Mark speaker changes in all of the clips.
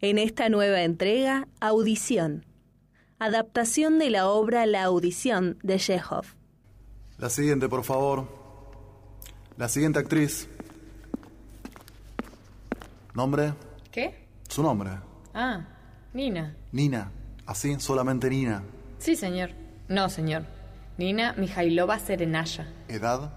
Speaker 1: En esta nueva entrega, Audición. Adaptación de la obra La Audición de Chekhov.
Speaker 2: La siguiente, por favor. La siguiente actriz. ¿Nombre?
Speaker 3: ¿Qué?
Speaker 2: Su nombre.
Speaker 3: Ah, Nina.
Speaker 2: Nina. Así, solamente Nina.
Speaker 3: Sí, señor. No, señor. Nina Mijailova Serenaya.
Speaker 2: ¿Edad?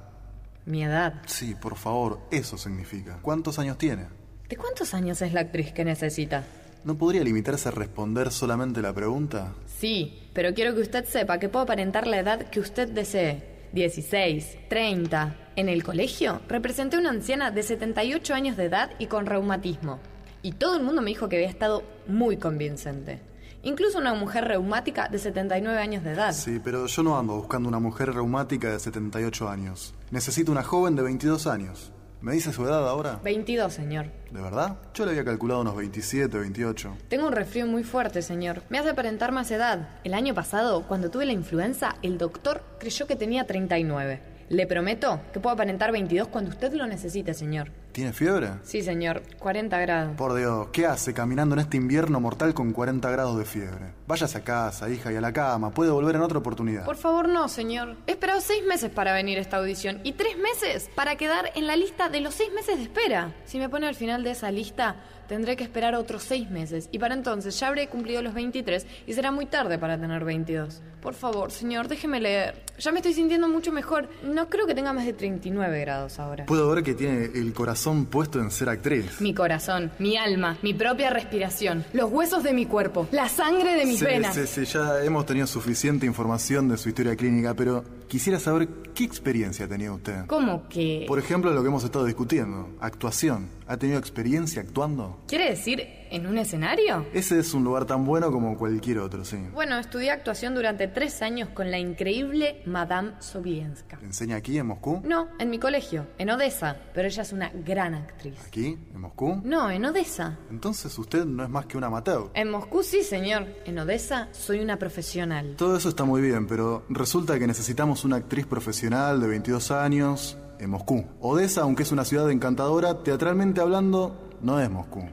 Speaker 3: Mi edad.
Speaker 2: Sí, por favor, eso significa. ¿Cuántos años tiene?
Speaker 3: ¿De cuántos años es la actriz que necesita?
Speaker 2: ¿No podría limitarse a responder solamente la pregunta?
Speaker 3: Sí, pero quiero que usted sepa que puedo aparentar la edad que usted desee. 16, 30. En el colegio representé a una anciana de 78 años de edad y con reumatismo. Y todo el mundo me dijo que había estado muy convincente. Incluso una mujer reumática de 79 años de edad.
Speaker 2: Sí, pero yo no ando buscando una mujer reumática de 78 años. Necesito una joven de 22 años. ¿Me dice su edad ahora?
Speaker 3: 22, señor.
Speaker 2: ¿De verdad? Yo le había calculado unos 27, 28.
Speaker 3: Tengo un resfrío muy fuerte, señor. Me hace aparentar más edad. El año pasado, cuando tuve la influenza, el doctor creyó que tenía 39. Le prometo que puedo aparentar 22 cuando usted lo necesite, señor.
Speaker 2: ¿Tiene fiebre?
Speaker 3: Sí, señor. 40 grados.
Speaker 2: Por Dios, ¿qué hace caminando en este invierno mortal con 40 grados de fiebre? Váyase a casa, hija, y a la cama. Puede volver en otra oportunidad.
Speaker 3: Por favor, no, señor. He esperado seis meses para venir a esta audición y tres meses para quedar en la lista de los seis meses de espera. Si me pone al final de esa lista, tendré que esperar otros seis meses y para entonces ya habré cumplido los 23 y será muy tarde para tener 22. Por favor, señor, déjeme leer. Ya me estoy sintiendo mucho mejor. No creo que tenga más de 39 grados ahora.
Speaker 2: Puedo ver que tiene el corazón puesto en ser actriz.
Speaker 3: Mi corazón, mi alma, mi propia respiración, los huesos de mi cuerpo, la sangre de mis
Speaker 2: sí,
Speaker 3: venas.
Speaker 2: sí, sí, ya hemos tenido suficiente información de su historia clínica, pero quisiera saber qué experiencia tenía usted.
Speaker 3: ¿Cómo que?
Speaker 2: Por ejemplo, lo que hemos estado discutiendo, actuación. ¿Ha tenido experiencia actuando?
Speaker 3: ¿Quiere decir en un escenario?
Speaker 2: Ese es un lugar tan bueno como cualquier otro, sí.
Speaker 3: Bueno, estudié actuación durante tres años con la increíble Madame Sobieska.
Speaker 2: ¿Enseña aquí en Moscú?
Speaker 3: No, en mi colegio, en Odessa, pero ella es una gran actriz.
Speaker 2: ¿Aquí? ¿En Moscú?
Speaker 3: No, en Odessa.
Speaker 2: Entonces usted no es más que un amateur.
Speaker 3: En Moscú sí, señor. En Odessa soy una profesional.
Speaker 2: Todo eso está muy bien, pero resulta que necesitamos una actriz profesional de 22 años en Moscú. Odessa, aunque es una ciudad encantadora, teatralmente hablando, no es Moscú.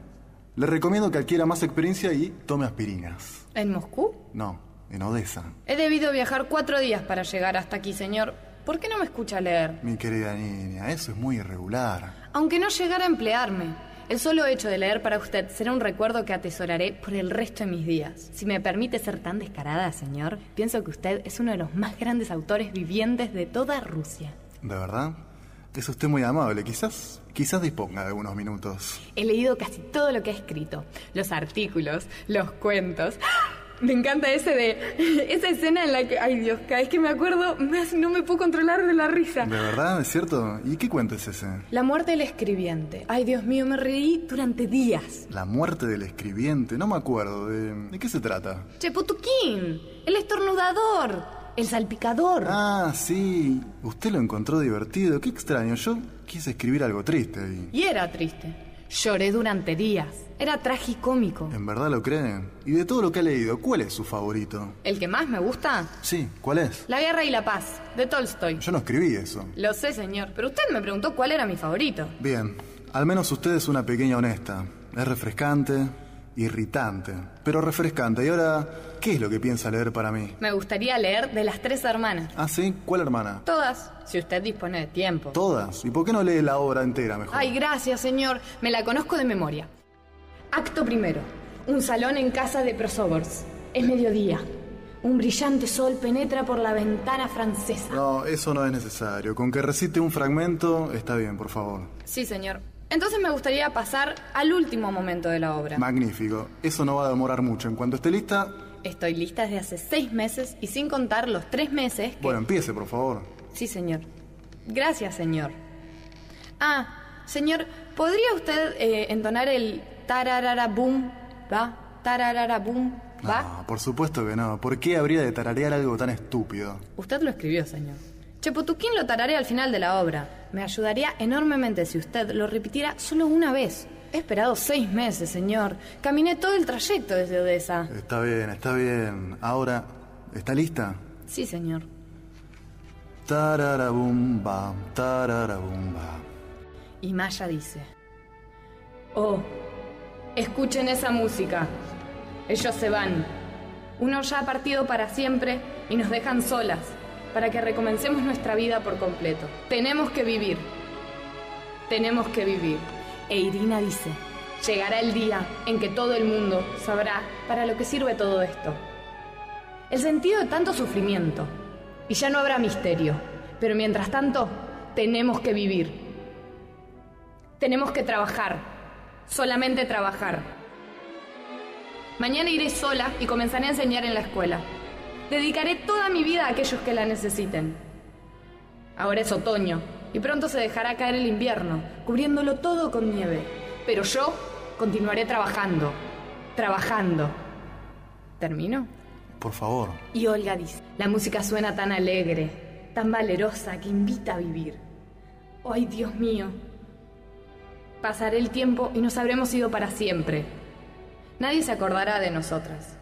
Speaker 2: Le recomiendo que adquiera más experiencia y tome aspirinas.
Speaker 3: ¿En Moscú?
Speaker 2: No, en Odessa.
Speaker 3: He debido viajar cuatro días para llegar hasta aquí, señor. ¿Por qué no me escucha leer?
Speaker 2: Mi querida niña, eso es muy irregular.
Speaker 3: Aunque no llegara a emplearme. El solo hecho de leer para usted será un recuerdo que atesoraré por el resto de mis días. Si me permite ser tan descarada, señor, pienso que usted es uno de los más grandes autores vivientes de toda Rusia.
Speaker 2: ¿De verdad? Es usted muy amable, quizás, quizás disponga de unos minutos.
Speaker 3: He leído casi todo lo que ha escrito. Los artículos, los cuentos. ¡Ah! Me encanta ese de... Esa escena en la que... Ay Dios, cada vez que me acuerdo, me hace- no me puedo controlar de la risa.
Speaker 2: ¿De verdad? ¿Es cierto? ¿Y qué cuento es ese?
Speaker 3: La muerte del escribiente. Ay Dios mío, me reí durante días.
Speaker 2: La muerte del escribiente, no me acuerdo. ¿De, ¿de qué se trata?
Speaker 3: Cheputuquín, el estornudador, el salpicador.
Speaker 2: Ah, sí. Usted lo encontró divertido. Qué extraño. Yo quise escribir algo triste y...
Speaker 3: Y era triste. Lloré durante días. Era tragicómico.
Speaker 2: ¿En verdad lo creen? Y de todo lo que ha leído, ¿cuál es su favorito?
Speaker 3: ¿El que más me gusta?
Speaker 2: Sí, ¿cuál es?
Speaker 3: La guerra y la paz, de Tolstoy.
Speaker 2: Yo no escribí eso.
Speaker 3: Lo sé, señor, pero usted me preguntó cuál era mi favorito.
Speaker 2: Bien, al menos usted es una pequeña honesta. Es refrescante, irritante, pero refrescante. Y ahora, ¿qué es lo que piensa leer para mí?
Speaker 3: Me gustaría leer de las tres hermanas.
Speaker 2: Ah, sí, ¿cuál hermana?
Speaker 3: Todas, si usted dispone de tiempo.
Speaker 2: Todas. ¿Y por qué no lee la obra entera mejor?
Speaker 3: Ay, gracias, señor. Me la conozco de memoria. Acto primero. Un salón en casa de Prosovers. Es mediodía. Un brillante sol penetra por la ventana francesa.
Speaker 2: No, eso no es necesario. Con que recite un fragmento, está bien, por favor.
Speaker 3: Sí, señor. Entonces me gustaría pasar al último momento de la obra.
Speaker 2: Magnífico. Eso no va a demorar mucho. En cuanto esté lista,
Speaker 3: Estoy lista desde hace seis meses y sin contar los tres meses que...
Speaker 2: bueno, empiece, por favor.
Speaker 3: Sí, señor. Gracias, señor. Ah, señor, ¿podría usted eh, entonar el tararara boom, va? Tararara boom, va?
Speaker 2: No, por supuesto que no. ¿Por qué habría de tararear algo tan estúpido?
Speaker 3: Usted lo escribió, señor. Cheputuquín lo tararea al final de la obra. Me ayudaría enormemente si usted lo repitiera solo una vez. He esperado seis meses, señor. Caminé todo el trayecto desde Odessa.
Speaker 2: Está bien, está bien. Ahora, ¿está lista?
Speaker 3: Sí, señor.
Speaker 2: Tararabumba, tararabumba.
Speaker 3: Y Maya dice... Oh, escuchen esa música. Ellos se van. Uno ya ha partido para siempre y nos dejan solas para que recomencemos nuestra vida por completo. Tenemos que vivir. Tenemos que vivir. E Irina dice, llegará el día en que todo el mundo sabrá para lo que sirve todo esto. El sentido de tanto sufrimiento. Y ya no habrá misterio. Pero mientras tanto, tenemos que vivir. Tenemos que trabajar. Solamente trabajar. Mañana iré sola y comenzaré a enseñar en la escuela. Dedicaré toda mi vida a aquellos que la necesiten. Ahora es otoño y pronto se dejará caer el invierno, cubriéndolo todo con nieve. Pero yo continuaré trabajando, trabajando. ¿Termino?
Speaker 2: Por favor.
Speaker 3: Y Olga dice, la música suena tan alegre, tan valerosa, que invita a vivir. ¡Ay, Dios mío! Pasaré el tiempo y nos habremos ido para siempre. Nadie se acordará de nosotras.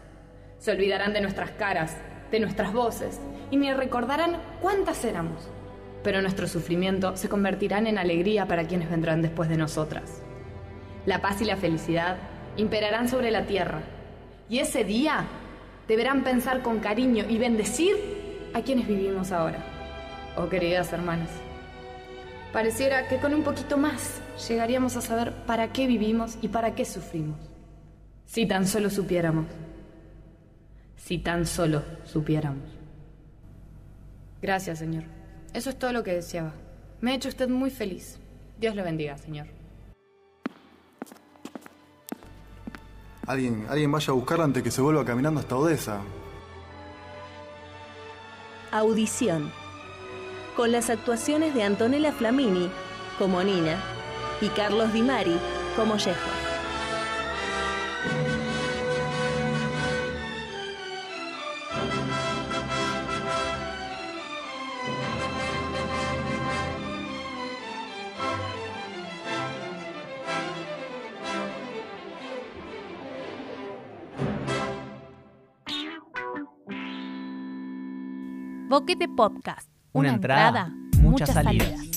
Speaker 3: Se olvidarán de nuestras caras, de nuestras voces, y ni recordarán cuántas éramos. Pero nuestro sufrimiento se convertirán en alegría para quienes vendrán después de nosotras. La paz y la felicidad imperarán sobre la tierra. Y ese día deberán pensar con cariño y bendecir a quienes vivimos ahora. Oh queridas hermanas, pareciera que con un poquito más llegaríamos a saber para qué vivimos y para qué sufrimos. Si tan solo supiéramos. Si tan solo supiéramos. Gracias, señor. Eso es todo lo que deseaba. Me ha hecho usted muy feliz. Dios le bendiga, señor.
Speaker 2: Alguien, alguien vaya a buscarla antes que se vuelva caminando hasta Odessa.
Speaker 1: Audición. Con las actuaciones de Antonella Flamini como Nina y Carlos Di Mari como Yejo.
Speaker 4: Boquete Podcast.
Speaker 5: Una entrada, muchas salidas.